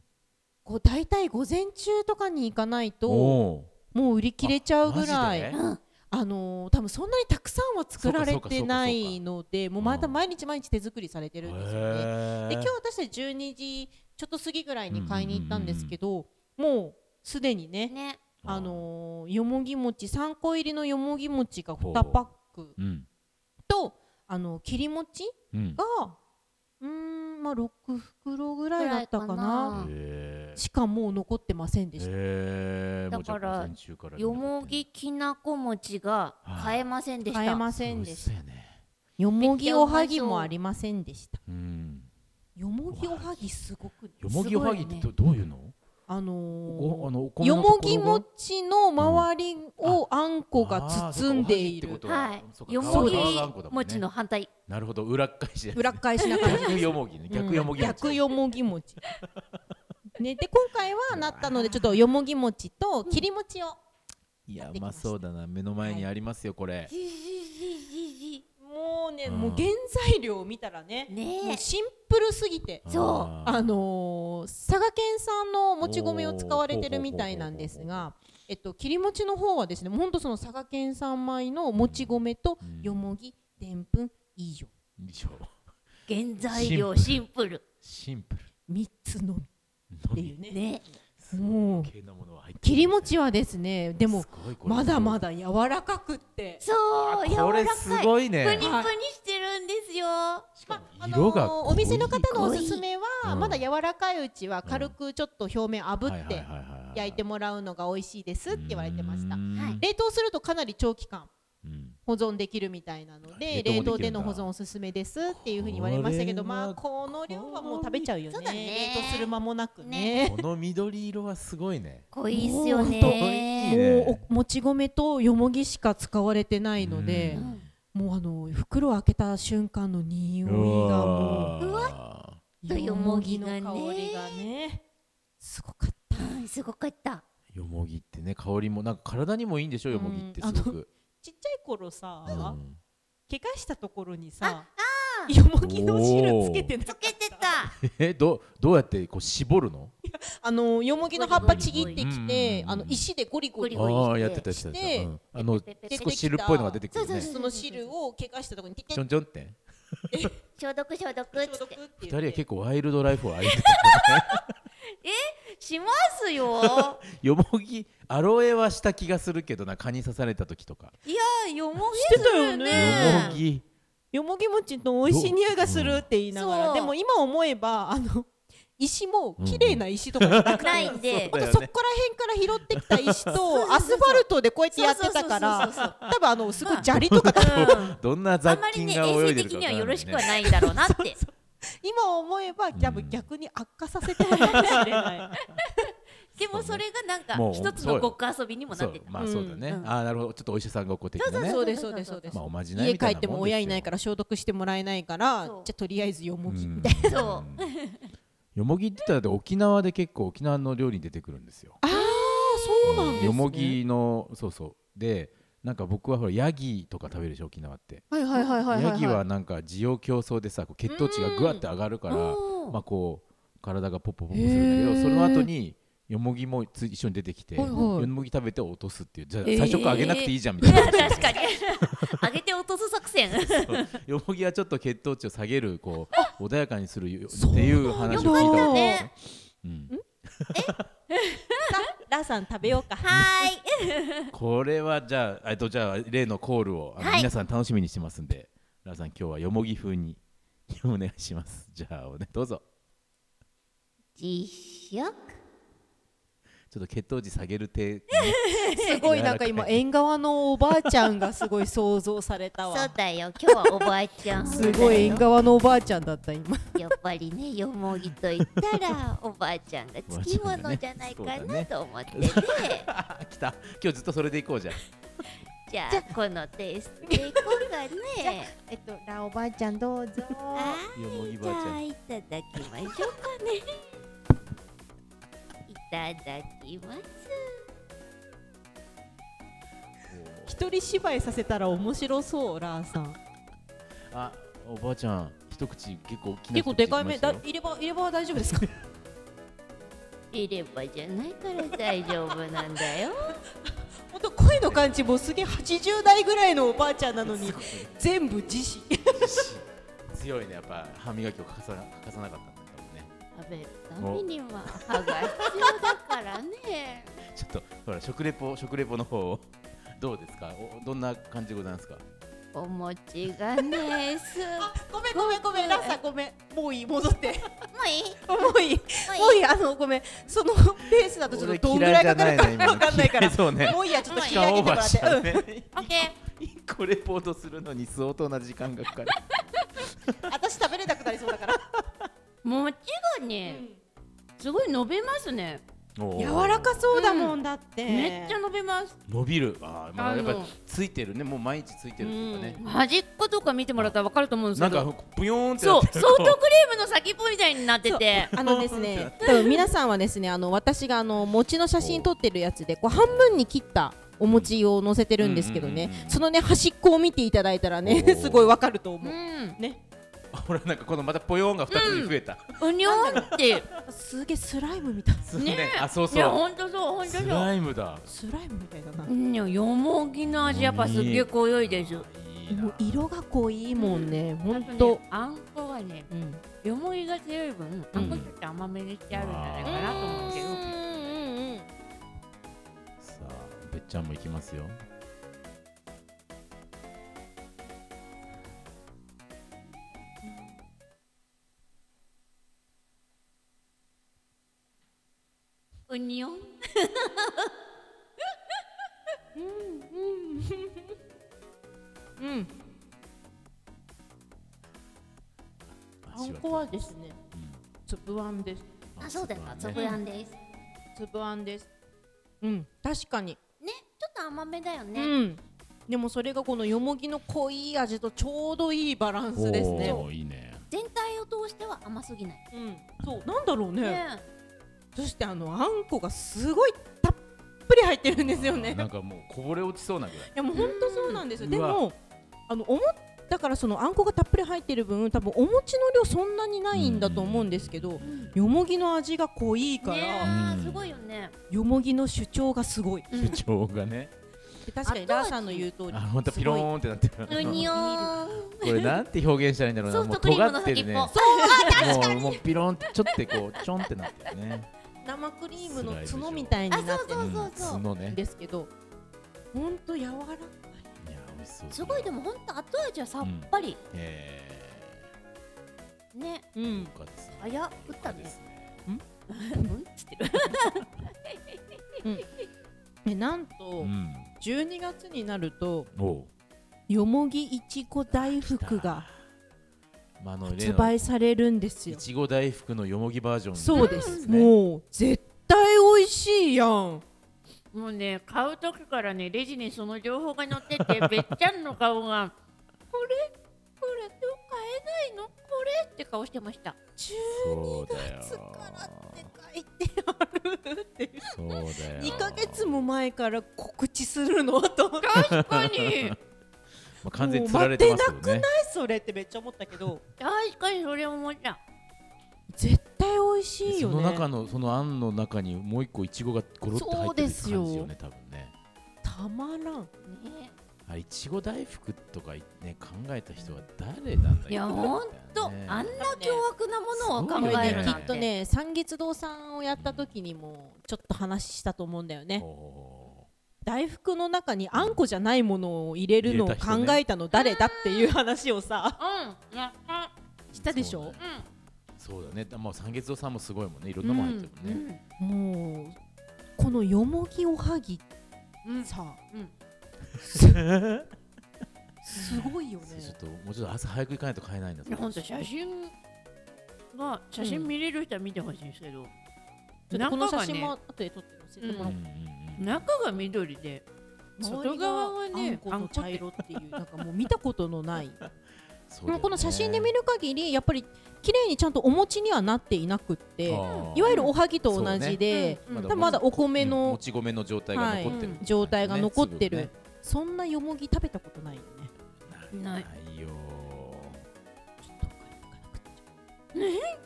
Speaker 3: こう大体午前中とかに行かないと
Speaker 2: おー
Speaker 3: もう売り切れちゃうぐら
Speaker 2: あマ
Speaker 3: い
Speaker 2: ジ
Speaker 3: あ
Speaker 2: で
Speaker 3: の多分そんなにたくさんは作られ
Speaker 2: そうかそうか
Speaker 3: て
Speaker 2: そうかそうか
Speaker 3: ないのでもうまた毎日毎日手作りされてるんですよね。
Speaker 2: へー
Speaker 3: で今日私たち12時ちょっと過ぎぐらいに買いに行ったんですけど、もうすでにね
Speaker 1: ね。
Speaker 3: あのーよもぎ餅3個入りのよもぎ餅が
Speaker 2: ほう
Speaker 3: 2パック
Speaker 2: うん
Speaker 3: とあの切り餅
Speaker 2: うん
Speaker 3: がうーんまあ6袋ぐらいだった
Speaker 1: ぐらいか
Speaker 3: かな
Speaker 1: な
Speaker 2: へー
Speaker 3: しかもう残ってませんでした、
Speaker 2: へーもうじゃあ
Speaker 1: だから
Speaker 2: 午前中ら
Speaker 1: よもぎきなこ餅が買えませんでした。
Speaker 3: 買えませ
Speaker 2: 美
Speaker 3: ん
Speaker 2: 味
Speaker 3: で
Speaker 2: し
Speaker 3: し
Speaker 2: そう
Speaker 3: た
Speaker 2: やね
Speaker 3: よもぎおはぎもありませんでした
Speaker 2: うん
Speaker 3: よもぎおはぎすごく
Speaker 2: よもぎおはぎってどどういうの
Speaker 3: あの
Speaker 2: お
Speaker 3: ー
Speaker 2: あのお米
Speaker 3: よ
Speaker 2: のとこ
Speaker 3: も
Speaker 2: ろが
Speaker 3: ぎ餅の周りをあんこが包んでい
Speaker 2: あーそうかおはぎってこと
Speaker 3: る
Speaker 1: は
Speaker 2: そう
Speaker 1: い。
Speaker 2: か
Speaker 1: よもぎ
Speaker 2: 皮があんこだもんね
Speaker 1: 餅の反対。
Speaker 2: なるほど裏返し
Speaker 3: 裏返しな感じ
Speaker 2: 逆よもぎね逆よもぎ餅
Speaker 3: 逆よもぎ餅ねで今回はなったのでちょっとよもぎ餅と切り餅を
Speaker 2: いやうまそうだな目の前にありますよこれ
Speaker 3: もうね、
Speaker 2: うん
Speaker 3: もう原材料を見たらねも
Speaker 1: ね
Speaker 3: うシンプルすぎて
Speaker 1: そう
Speaker 2: あー
Speaker 3: あのー佐賀県産のもち米を使われてるみたいなんです
Speaker 2: おーほうほうほう
Speaker 3: が、えっと、切り餅の方はですね本当その佐賀県産米のもち米と
Speaker 2: うん
Speaker 3: よもぎでんぷん以上
Speaker 2: 以上
Speaker 1: 原材料シンプル。
Speaker 2: シンプル
Speaker 3: 3つの
Speaker 2: の
Speaker 3: みっ
Speaker 2: み
Speaker 3: ていうね
Speaker 1: ね。
Speaker 3: もう
Speaker 2: 系のものは入って
Speaker 3: 切り餅はですねでも
Speaker 2: すごいこれ
Speaker 3: まだまだ柔らかくって
Speaker 1: そう、柔ら
Speaker 2: こ
Speaker 1: かい。
Speaker 2: れすごい
Speaker 1: プ
Speaker 2: ね
Speaker 1: ニプニしてるんですよ。
Speaker 2: しかも
Speaker 3: あのー
Speaker 2: 色が
Speaker 3: お店の方のお
Speaker 1: 濃い
Speaker 3: すすめ
Speaker 2: 濃い
Speaker 3: は
Speaker 2: うん
Speaker 3: まだ柔らかいうちは軽くちょっと表面炙って焼いて
Speaker 2: も
Speaker 3: もらうのが美味しいですって言われてました
Speaker 2: はい
Speaker 3: 冷凍するとかなり長期間
Speaker 2: うん
Speaker 3: 保存できるみたいなので
Speaker 2: 冷凍も
Speaker 3: 冷凍
Speaker 2: でき
Speaker 3: で
Speaker 2: るんだ
Speaker 3: の保存おすすめですっていうふうに言われましたけど
Speaker 2: これは
Speaker 3: まあこの量はもう食べちゃうよ
Speaker 1: そうだね
Speaker 3: ね冷凍する間もなくね
Speaker 2: この緑色はすごいね
Speaker 1: 濃いっすよ
Speaker 2: 濃い
Speaker 1: ね。
Speaker 2: ね
Speaker 3: もうおもち米とよもぎしか使われてないので
Speaker 2: うん
Speaker 3: もうあの袋を開けた瞬間の匂いがもう
Speaker 2: うわ
Speaker 1: とよもぎがね
Speaker 3: よもぎの香りがねすごかった
Speaker 1: うんすごかった。
Speaker 2: よもぎってね香りもなんか体にもいいんでしょよもぎってすごく、
Speaker 3: ちっちゃい頃さ、
Speaker 2: うん
Speaker 3: 怪我したところにさよもぎの汁つけてなか
Speaker 1: 溶
Speaker 3: っ
Speaker 1: けてた。
Speaker 2: えどどうやってこう絞るの
Speaker 3: あのよもぎの葉っぱちぎっ
Speaker 2: ゴ
Speaker 3: て
Speaker 2: リゴ
Speaker 3: き
Speaker 2: リ
Speaker 3: て
Speaker 2: うん
Speaker 3: あの石でゴリゴリ
Speaker 1: ゴリゴ
Speaker 2: あ
Speaker 1: リ
Speaker 2: あやってたやってた、
Speaker 3: して
Speaker 2: うんあの
Speaker 1: ペペペペペ
Speaker 2: 少し汁っぽいのが出てくる
Speaker 1: そう
Speaker 2: ね
Speaker 1: そう
Speaker 3: その汁を怪我したところにティ
Speaker 2: ち
Speaker 3: テ
Speaker 2: ょんちょんって
Speaker 1: 消毒消毒っ
Speaker 3: 消
Speaker 1: つっ。
Speaker 3: 毒って
Speaker 2: 二人
Speaker 3: て言
Speaker 2: は
Speaker 3: って
Speaker 2: 結構ワイルドライフを歩いてる
Speaker 1: します よ。
Speaker 2: よもぎアロエはした気がするけどな蚊に刺された時とか、
Speaker 1: いや、よもぎ
Speaker 3: して
Speaker 1: す
Speaker 3: た
Speaker 1: る
Speaker 3: よ
Speaker 1: ね。
Speaker 3: ね
Speaker 2: よもぎ
Speaker 3: よもぎ餅の美味しい匂いがするって言いなが
Speaker 1: そう
Speaker 3: らでも今思えばあの石も綺麗な石とかじゃなくて、
Speaker 1: ないんで
Speaker 2: そうだよね
Speaker 3: ほんとそこら辺から拾ってきた石とアスファルトでこうやってやってたから
Speaker 1: そうそうそう
Speaker 3: 多分あのすごい砂利とか
Speaker 1: うん
Speaker 2: どんな
Speaker 1: あ
Speaker 2: 雑
Speaker 1: んまり
Speaker 2: 菌
Speaker 1: ね、
Speaker 2: が
Speaker 1: 衛
Speaker 2: 泳
Speaker 1: 生
Speaker 2: いでる
Speaker 1: 的
Speaker 2: か
Speaker 1: にはよろしくは
Speaker 2: わから
Speaker 1: ないんだろうなって。
Speaker 3: 今思えば多
Speaker 2: うん
Speaker 3: 分逆に悪化させてたかもしれない
Speaker 1: でもそれがなんか
Speaker 2: もう
Speaker 1: 一つ
Speaker 2: そう
Speaker 1: の
Speaker 2: よ
Speaker 1: ごっこ遊びにもなって
Speaker 2: そう
Speaker 1: た。
Speaker 2: まあそうだね、
Speaker 1: うん
Speaker 2: ああなるほどちょっとお医者さんごっこ的なね
Speaker 3: そうですそうですそうです
Speaker 2: まあおまじない
Speaker 3: 家
Speaker 2: み
Speaker 3: 帰
Speaker 2: たい
Speaker 3: っ
Speaker 2: な
Speaker 3: ても親いないからら消毒してもらえないからじ
Speaker 1: そ
Speaker 3: ゃ
Speaker 1: う
Speaker 3: あとりあえずよもぎみたいな
Speaker 2: うん
Speaker 1: そ
Speaker 2: よもぎって言ったらだって沖縄で結構沖縄の料理に出てくるんですよ
Speaker 3: ああそうなんですね
Speaker 2: よもぎのそうそうでなんか僕はほらヤギとか食べるでしょ沖縄って、
Speaker 3: はいはいはいはい
Speaker 2: ヤギはなんか需要競争でさこう血糖値がぐわって上がるから、
Speaker 1: おー
Speaker 2: まあこう体がポッポポッポするんだけ
Speaker 3: へ
Speaker 2: どそ
Speaker 3: ー
Speaker 2: の後によもぎもつ一緒に出てきて、
Speaker 3: はいはい
Speaker 2: よもぎ食べて落とすっていうじゃあ
Speaker 1: えー
Speaker 2: 最初からあげなくていいじゃんみ たいな、
Speaker 1: 確 かに。上げて落とす作戦。
Speaker 2: よもぎはちょっと血糖値を下げるこう穏やかにするよっていう話を
Speaker 3: そう
Speaker 2: 聞いた
Speaker 3: な
Speaker 2: こと
Speaker 3: んだ
Speaker 1: ね
Speaker 2: うん
Speaker 3: ラさん食べようか
Speaker 1: はーい。
Speaker 2: これはじゃあえっとじゃあ例のコールをあの、
Speaker 1: はい
Speaker 2: 皆さん楽しみにしてますんでラさん今日はよもぎ風にお願いしますじゃあおねどうぞ
Speaker 1: 実食。
Speaker 2: ちょっちょっと血糖値下げる手
Speaker 3: すごいなんか今縁側のおばあちゃんがすごい想像された
Speaker 1: そ
Speaker 3: わ
Speaker 1: うだよ今日はおばあちゃん
Speaker 3: すごい縁側のおばあちゃんだった今
Speaker 1: やっぱりねよもぎと言ったらおばあちゃんがつきものじゃないかなと思ってね
Speaker 2: 来た今日ずっとそれでいこうじゃん
Speaker 1: じゃあこのテイストでいこうかね
Speaker 4: えっとラおばあちゃんどうぞ。
Speaker 1: あ
Speaker 2: よもぎ
Speaker 1: ー
Speaker 2: ばあちゃん
Speaker 1: じゃあいただきましょうかねいただきます
Speaker 3: 一人芝居させたら面白そうラーさん
Speaker 2: あおばあちゃん一口結構大きな
Speaker 3: 結構でかいめだ
Speaker 2: だ
Speaker 3: 入れ歯入れ歯は大丈夫ですか
Speaker 1: 入れ歯じゃないから大丈夫なんだよ
Speaker 3: 本当声の感じもすげえ80代ぐらいのおばあちゃんなのに全部自身
Speaker 2: 強いねやっぱ歯磨きを欠かさな欠かさなかったんだ多分ね
Speaker 1: 食べるためには歯が必要だからね
Speaker 2: ちょっとほら食レポ食レポの方をどうですかおどんな感じでございますか
Speaker 1: お餅がねす
Speaker 3: あ ごめんごめんごめんラーさんごめんもういい戻って
Speaker 1: ごい
Speaker 3: もういい、も
Speaker 1: も
Speaker 3: う
Speaker 1: う
Speaker 3: いい、あの、ごめん、そのペースだと、ちょっとどんぐらいかかる
Speaker 2: 俺嫌いじゃないな今
Speaker 3: か わかんないから。
Speaker 2: 嫌いそうね
Speaker 3: もういいや、ちょっと引
Speaker 2: 時
Speaker 3: き上
Speaker 2: 間
Speaker 3: げて
Speaker 2: オー
Speaker 3: も
Speaker 2: バ
Speaker 3: ら
Speaker 2: ー
Speaker 3: っ。
Speaker 2: してた
Speaker 3: う
Speaker 2: ね、
Speaker 1: オッケー
Speaker 2: 一個レポートするのに相当な時間がかかる
Speaker 3: ん、私食べれなくなりそうだから。
Speaker 1: 餅がね、すごい伸びますね。
Speaker 3: 柔らかそうだも
Speaker 1: うん
Speaker 3: だって。
Speaker 1: めっちゃ伸びます。
Speaker 2: 伸びるあー、まあ、
Speaker 1: あ
Speaker 2: やっ
Speaker 1: の
Speaker 2: ぱりついてるねもう毎日ついてるっていうかね、
Speaker 1: 端っことか見てもらったらわかると思うんです
Speaker 2: な
Speaker 1: け
Speaker 2: ん
Speaker 1: ど。
Speaker 2: かぷよーんってな
Speaker 1: そう、
Speaker 2: っ
Speaker 1: ソ
Speaker 2: て
Speaker 1: フト
Speaker 2: る
Speaker 1: クリームの先っぽみたいになってて。
Speaker 3: あのですね、 多分皆さんはですね、あの、私があの、餅の写真撮ってるやつで、こう半分に切った。お餅を載せてるんですけど
Speaker 2: うんうんうん
Speaker 3: ね
Speaker 2: う、ん
Speaker 3: そのね、端っこを見ていただいたらね
Speaker 2: お、ー
Speaker 3: すごいわかると
Speaker 1: う
Speaker 3: 思う。
Speaker 1: ん、
Speaker 3: ね、
Speaker 2: ほらなんかこのまたぽよーんが二つに増えた、
Speaker 1: うにょんって。
Speaker 3: すげえスライムみたい。
Speaker 2: そうね
Speaker 1: ね
Speaker 2: あそう
Speaker 1: いや、
Speaker 2: そう
Speaker 1: 本当そう、本当
Speaker 2: ス
Speaker 1: そう
Speaker 2: ラ。イムだ
Speaker 3: スライムみたいだな。
Speaker 1: うん、よもぎの味やっぱすっげえ濃いです。
Speaker 2: いい
Speaker 3: もう
Speaker 2: な
Speaker 3: 色が濃いもんね、本
Speaker 1: あと
Speaker 3: 当
Speaker 1: ね。あんこがね、
Speaker 3: うん。
Speaker 1: よもぎが強い分、あんこちょっと甘めにしてあるんじゃないかなと思うけど。
Speaker 3: うんうん。
Speaker 2: さあべっちゃんもいきますよ
Speaker 1: うにょん。
Speaker 3: うん、あんこはですね、粒あんです。
Speaker 1: あ、そうだよ。
Speaker 2: そ
Speaker 1: つ
Speaker 2: う
Speaker 1: ぶ
Speaker 2: だね
Speaker 1: あんです。ね、
Speaker 3: 粒あんです。うん、確かに。
Speaker 1: ちょっと甘めだよね。
Speaker 3: うん。でもそれがこのよもぎの濃い味とちょうどいいバランスですね。
Speaker 2: おーいいね
Speaker 1: 全体を通しては甘すぎない。
Speaker 3: うん、そうなんだろうね。
Speaker 1: ね、
Speaker 3: そしてあのあんこがすごいたっぷり入ってるんですよ
Speaker 2: あー
Speaker 3: ね。
Speaker 2: なんかもうこぼれ落ちそうなぐらい
Speaker 3: いやもう本当そうなんですよ。
Speaker 2: うん
Speaker 3: で
Speaker 2: う
Speaker 3: もあの思っだからそのあんこがたっぷり入ってる分多分お餅の量そんなにないんだと思うんですけど、よもぎの味が濃いか
Speaker 1: ね
Speaker 3: ら、
Speaker 2: うん
Speaker 1: すごいよね。
Speaker 3: よもぎの主張がすごい。
Speaker 1: うん
Speaker 2: 主張がね
Speaker 3: で確かに
Speaker 1: 後味
Speaker 3: ラーさんの言う通り
Speaker 2: あまたピローンってなってる
Speaker 1: うにょー
Speaker 2: これなんて表現したらいいんだろうな
Speaker 1: ソフトクリームの先っぽ。
Speaker 2: もう
Speaker 1: そう
Speaker 2: 尖ってるねもうもうピローンってちょっとこうちょんってなってるね
Speaker 3: 生クリーム
Speaker 2: ム
Speaker 3: の
Speaker 2: の
Speaker 3: 角
Speaker 2: 角
Speaker 3: み
Speaker 2: み
Speaker 3: たい
Speaker 1: あ
Speaker 3: になって
Speaker 1: そうそうそう
Speaker 2: 角
Speaker 3: るん
Speaker 2: ね
Speaker 3: ですけどほんと柔らかい
Speaker 2: いや美味しそう
Speaker 1: すごいで
Speaker 2: も
Speaker 1: も本当後味はさっぱり、
Speaker 2: え
Speaker 1: ね。
Speaker 3: うん
Speaker 2: ー、よかですね
Speaker 1: 早っ打ったね
Speaker 2: よかですね
Speaker 1: うんつってる。
Speaker 3: でなんと
Speaker 2: うん
Speaker 3: 12月になると
Speaker 2: おう
Speaker 3: よもぎいちご大福が
Speaker 2: まああの例
Speaker 3: 発
Speaker 2: の
Speaker 3: 売されるんです
Speaker 2: い
Speaker 3: よ
Speaker 2: ちご大福のよもぎバージョン
Speaker 3: そうです
Speaker 2: ね
Speaker 3: もう絶対美味しいやん
Speaker 1: もうね買う時からねレジにその情報が載って てべっちゃんの顔がこれこれどう買えないのこれって顔してました。
Speaker 2: そうだよ
Speaker 3: 書いてあるって
Speaker 2: そうだよ
Speaker 3: 2ヶ月も前から告知するのと思って
Speaker 1: 確か に
Speaker 2: まあ完全に釣られてますよ
Speaker 3: もう待
Speaker 2: ね
Speaker 3: それってめっちゃ思ったけど
Speaker 1: 確かにそれ思った。
Speaker 3: 絶対美味しい
Speaker 2: そ
Speaker 3: よね
Speaker 2: の中のそのあんの中にもう一個いちごがゴロッと入ってる感
Speaker 3: そうです
Speaker 2: じ
Speaker 3: よ
Speaker 2: よね多分ね
Speaker 3: たまらん
Speaker 1: ね。
Speaker 2: あいちご大福とかね考えた人は誰なんだ
Speaker 1: いやほんとあんな凶悪なものを考
Speaker 2: すごい
Speaker 1: え
Speaker 2: ね
Speaker 1: る
Speaker 3: き
Speaker 1: なん
Speaker 3: っと
Speaker 1: て。
Speaker 3: ね三月堂さんをやった時にもちょっと話したと思うんだよね
Speaker 2: お
Speaker 3: 大福の中にあんこじゃないものを入れるのを
Speaker 2: 入れた人
Speaker 3: 考
Speaker 2: ね
Speaker 3: えたの誰だっていう話 をさ
Speaker 1: うん、やった。
Speaker 3: したでしょ
Speaker 1: う
Speaker 2: そう
Speaker 1: ん。
Speaker 2: ーそうだねまあ三月堂さんもすごいもんねいろんなもん入ってるもんね、
Speaker 3: もうこのよもぎおはぎ
Speaker 5: うん
Speaker 3: さ、
Speaker 5: うん
Speaker 3: すすごいよね
Speaker 2: ちょっともうちょっと朝早く行かないと買えないんだ
Speaker 5: いや本当写真が写真見れる人は見てほしいんですけど、
Speaker 3: ちょっとこの写真も後で撮って載せてもら
Speaker 2: う
Speaker 3: お
Speaker 2: ん
Speaker 3: う
Speaker 2: うんうん
Speaker 5: 中が緑で外側はね
Speaker 3: あんこと茶色っていうなんかもう見たことのない
Speaker 2: そう
Speaker 3: でもこの写真で見
Speaker 2: る
Speaker 3: る限りやっぱり綺麗にちゃんとお餅にはなっていなくっていわゆるおはぎと同じで、
Speaker 5: うん
Speaker 3: 多分まだお米の
Speaker 2: もち米の状態が残ってる、
Speaker 5: はい
Speaker 3: 状態が残ってる、
Speaker 2: ね
Speaker 3: そんなよもぎ食べたことないよね
Speaker 2: 粒ね
Speaker 5: ない
Speaker 2: ないよ
Speaker 3: ちょっとお金かかなくなっちゃ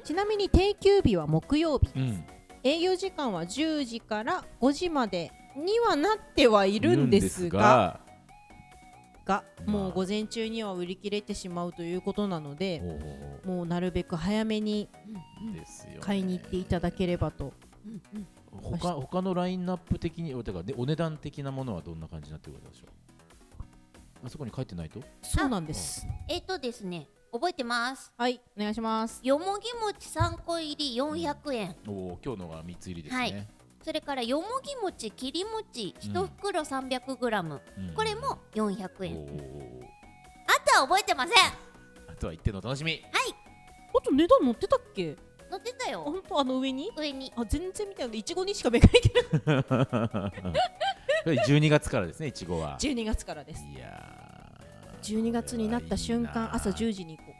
Speaker 3: うちなみに定休日は木曜日
Speaker 2: ーうん
Speaker 3: 営業時間は10時から5時までにはなってはいるんですがが
Speaker 2: まあ
Speaker 3: もう午前中には売り切れてしまうということなの
Speaker 2: いる
Speaker 3: で
Speaker 2: んですがほうほうほ
Speaker 3: もうなるべく早めに
Speaker 2: うですよね
Speaker 3: 買いに行っていただければと
Speaker 2: 他他のラインナップ的にだからねお値段的なものはどんな感じになってるかでしょうあそこに書いてないと
Speaker 3: そうなんです
Speaker 1: えっとですね、覚えてます。
Speaker 3: はいお願いします
Speaker 1: よもぎ餅3個入り400円。
Speaker 2: おお今日のが三つ入りですね、
Speaker 1: はいそれからよもぎ餅、切り餅、
Speaker 2: うん
Speaker 1: 1袋 300g。
Speaker 2: うん
Speaker 1: これも400
Speaker 2: お
Speaker 1: 円。
Speaker 2: ーおーおー
Speaker 1: あとは覚えてません。
Speaker 2: あとは行ってのお楽し み
Speaker 3: あと値段載ってたっけ
Speaker 1: 載ってたよ。
Speaker 3: 本当あの上に
Speaker 1: 上に。
Speaker 3: あ全然見たいないちごにしか目がいけない
Speaker 2: 12月からですねいち ごは
Speaker 3: 12月からです
Speaker 2: いやー
Speaker 3: 12月になった瞬
Speaker 2: これはいい
Speaker 3: 間
Speaker 2: な
Speaker 3: 朝10時に行こ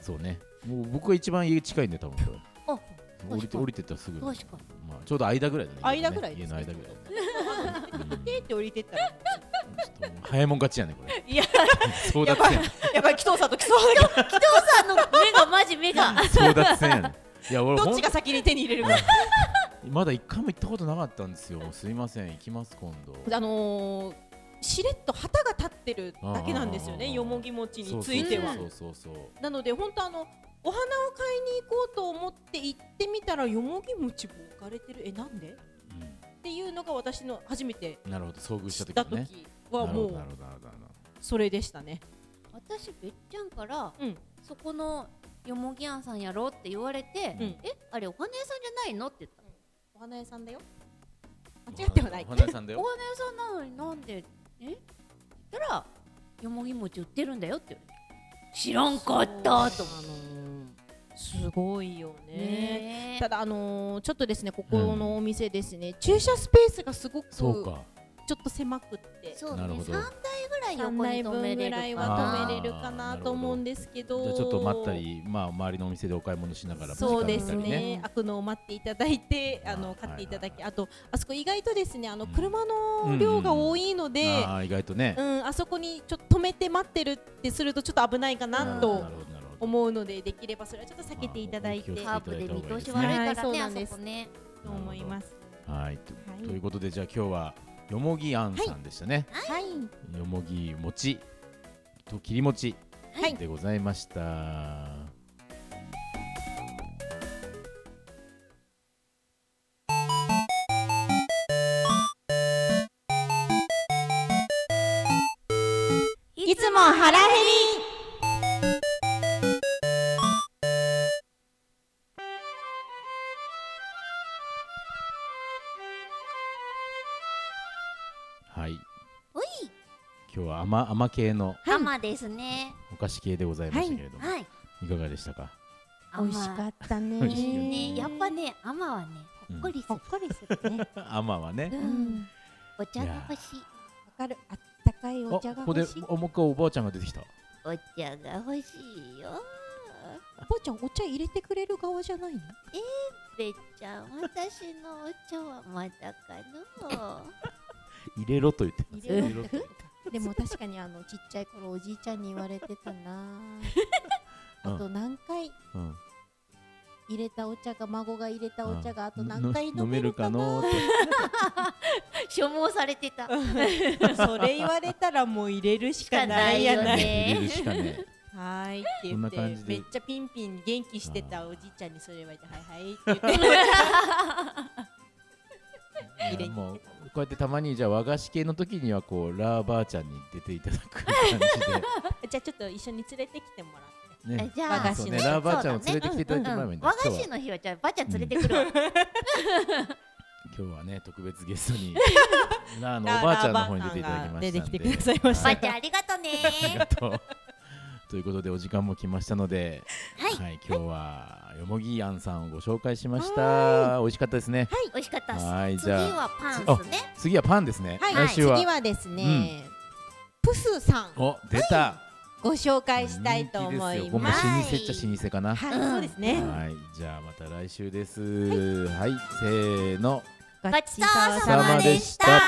Speaker 2: そうねもう僕が一番家近いんで多分これ
Speaker 1: あ
Speaker 2: 降り
Speaker 1: 確
Speaker 2: て
Speaker 1: か
Speaker 2: 降りてったらすぐだ
Speaker 1: 確かに。
Speaker 2: まあ、ちょうど間ぐらいだね
Speaker 3: 間ぐらい
Speaker 2: 家
Speaker 3: です
Speaker 2: の
Speaker 3: ね
Speaker 2: 間ぐらいだね
Speaker 3: う行ってって降りてったら
Speaker 2: ちょっと早いもん勝ちやねこれ
Speaker 3: いや
Speaker 2: 争奪戦
Speaker 3: やばい紀藤さんと紀藤さんが
Speaker 1: あの、目が、マジ目が。
Speaker 2: 争奪戦やねいや俺
Speaker 3: ど
Speaker 2: ほ
Speaker 3: っ
Speaker 2: ん
Speaker 3: ちが先に手に入れるか
Speaker 2: まだ一回も行ったことなかったんですよすいません行きます今度
Speaker 3: あのー、しれっと旗が立ってるだけなんですよ
Speaker 2: あ
Speaker 3: ね
Speaker 2: ー
Speaker 3: よもぎ餅については
Speaker 2: そうそうそうそう
Speaker 3: なので本当あのお花を買いに行こうと思って行ってみたらよもぎ餅も置かれてるえなんで
Speaker 2: そ
Speaker 3: っ
Speaker 2: う、
Speaker 3: ていうのが私の初めて
Speaker 2: うんなるほど遭遇
Speaker 3: 知
Speaker 2: し
Speaker 3: ったた
Speaker 2: 時ね
Speaker 3: 時
Speaker 2: な
Speaker 3: は
Speaker 2: るほ
Speaker 3: も
Speaker 2: どな
Speaker 3: う
Speaker 2: るほどなるほどなるほど
Speaker 3: それでしたね
Speaker 1: 私、べっちゃんから、
Speaker 3: うん
Speaker 1: そこのよもぎあんさんやろって言われて、
Speaker 3: うん
Speaker 1: え、あれお花屋さんじゃないのって言った。
Speaker 3: お花屋さんだよ間違ってはない
Speaker 2: お花屋さんだ
Speaker 1: お
Speaker 2: よ
Speaker 1: 花屋さんなのになんでえって言ったらよもぎ餅売ってるんだよって言われて知らんかったと思
Speaker 3: あのーすごいよ
Speaker 1: う
Speaker 3: ね
Speaker 1: ね
Speaker 3: ただあのーちょっとですねここのお店ですね、駐車スペースがすごくち
Speaker 2: そ
Speaker 3: ょ
Speaker 2: う
Speaker 3: っ
Speaker 2: か
Speaker 3: と狭くって
Speaker 1: そう
Speaker 2: なる
Speaker 1: ね
Speaker 2: ほど
Speaker 1: 三台ぐらい
Speaker 3: 3
Speaker 1: 横に
Speaker 3: 台
Speaker 1: 止め
Speaker 3: 分ぐ
Speaker 1: れ
Speaker 3: らい
Speaker 1: る
Speaker 3: は
Speaker 1: か
Speaker 2: あー
Speaker 3: 止めれるかなと思うんですけど
Speaker 2: じゃあちょっと待ったり、まあ、周りのお店でお買い物しながら、
Speaker 3: そうで
Speaker 2: 時
Speaker 3: す
Speaker 2: 間見たり
Speaker 3: ね開くのを待っていただいてあ
Speaker 2: あ
Speaker 3: の
Speaker 2: ー
Speaker 3: 買っていただき
Speaker 2: は
Speaker 3: あとあそこ意外とですねあの
Speaker 2: うん
Speaker 3: 車の量が多いので
Speaker 2: ああ、意外とね
Speaker 3: う。んあそこにちょっと止めて待ってるってするとちょっと危ないか
Speaker 2: あ
Speaker 3: な
Speaker 2: ー
Speaker 3: と
Speaker 2: なるほど、なるほど。
Speaker 3: 思うのでできればそれはちょっと避けていただいて
Speaker 2: ま
Speaker 1: カー
Speaker 2: あ
Speaker 1: プで見通し
Speaker 2: は
Speaker 1: 悪
Speaker 2: い
Speaker 1: いから
Speaker 3: そう
Speaker 1: ね
Speaker 3: な
Speaker 1: あ
Speaker 3: んです
Speaker 1: そこね
Speaker 3: と思います
Speaker 2: はい、と
Speaker 3: はい
Speaker 2: ということで、じゃあ、今日はよもぎあんさんでしたね。
Speaker 3: はい
Speaker 2: よもぎ餅と切り餅
Speaker 3: はい
Speaker 2: でございました。
Speaker 6: いつも腹減り
Speaker 2: はい。
Speaker 1: おい
Speaker 2: 今日は甘甘系の
Speaker 1: 甘ですね
Speaker 2: お菓子系でございましたけれども、
Speaker 1: はい
Speaker 2: いかがでしたか。
Speaker 1: 甘
Speaker 3: ったね
Speaker 2: 美味しいよ
Speaker 1: ねやっぱね甘はねほっこりす
Speaker 3: ほ
Speaker 1: る
Speaker 3: っこりするね
Speaker 2: 甘はね。
Speaker 1: うんお茶が欲しい
Speaker 3: わかるあったかい
Speaker 2: あ、ここで、おもう一回おばあちゃんが出てきた。
Speaker 1: お茶が欲しいよ
Speaker 3: おばあちゃんお茶入れてくれる側じゃないの
Speaker 1: べっちゃん私のお茶はまだかの
Speaker 2: 入れろと言ってます。
Speaker 7: 入れろ
Speaker 2: ろと。
Speaker 7: でも確かにあのちっちゃい頃おじいちゃんに言われてたな
Speaker 2: うん
Speaker 7: あと何回
Speaker 2: うん。
Speaker 7: 入れたお茶が孫が入れたお茶があと
Speaker 2: うん
Speaker 7: 何回
Speaker 2: の
Speaker 7: 飲めるかな
Speaker 2: 飲めるかのーって
Speaker 1: 消耗されてた
Speaker 3: それ言われたらもう入れるしかな
Speaker 1: ないい
Speaker 3: や
Speaker 1: よ
Speaker 3: ない
Speaker 1: ね
Speaker 2: 入れるしかね
Speaker 3: はーいって
Speaker 2: そん
Speaker 3: 言
Speaker 2: な
Speaker 3: って
Speaker 2: 感じで
Speaker 3: めっちゃピンピン元気してたおじいちゃんにそれ言われてはいはいって言って 入れに行って
Speaker 2: もうこうやってたまにじゃあ和菓子系の時にはこうラーばあちゃんに出ていただく感じで
Speaker 3: じゃあちょっと一緒に連れてきてもらって
Speaker 1: あ
Speaker 2: ね
Speaker 1: じゃ
Speaker 3: 和菓
Speaker 1: あ
Speaker 3: 子
Speaker 2: そう
Speaker 3: の
Speaker 2: ねラーバーちゃんを連れてきていただいてもらえばいいんだ
Speaker 1: 和菓子の日はじゃあ ばちゃん連れてくるわ
Speaker 2: 今日はね特別ゲスト にラーのおばあちゃんの方に出ていただきましたんで
Speaker 3: 出てきてくださいまし
Speaker 1: ば
Speaker 3: た。
Speaker 1: ちゃんありがとね
Speaker 2: ありがとうということでお時間も来ましたので、はい今日はよもぎやんさんをご紹介しました美味しかったですね
Speaker 1: 美味しかったっす
Speaker 2: はい
Speaker 1: 次
Speaker 2: じゃあ
Speaker 1: はパンっすね
Speaker 2: 次はパンですね、
Speaker 3: はい、
Speaker 2: 来週は
Speaker 3: 次はですね、プスさん
Speaker 2: お出た、
Speaker 3: ご紹介したいと思
Speaker 2: 人気です
Speaker 3: い
Speaker 2: よここも
Speaker 3: ます。
Speaker 2: 老舗っちゃ老舗かなは
Speaker 3: はい、そうですね。
Speaker 2: いじゃあまた来週ですはい、せーの
Speaker 3: ご
Speaker 1: ごちそうさ
Speaker 2: までした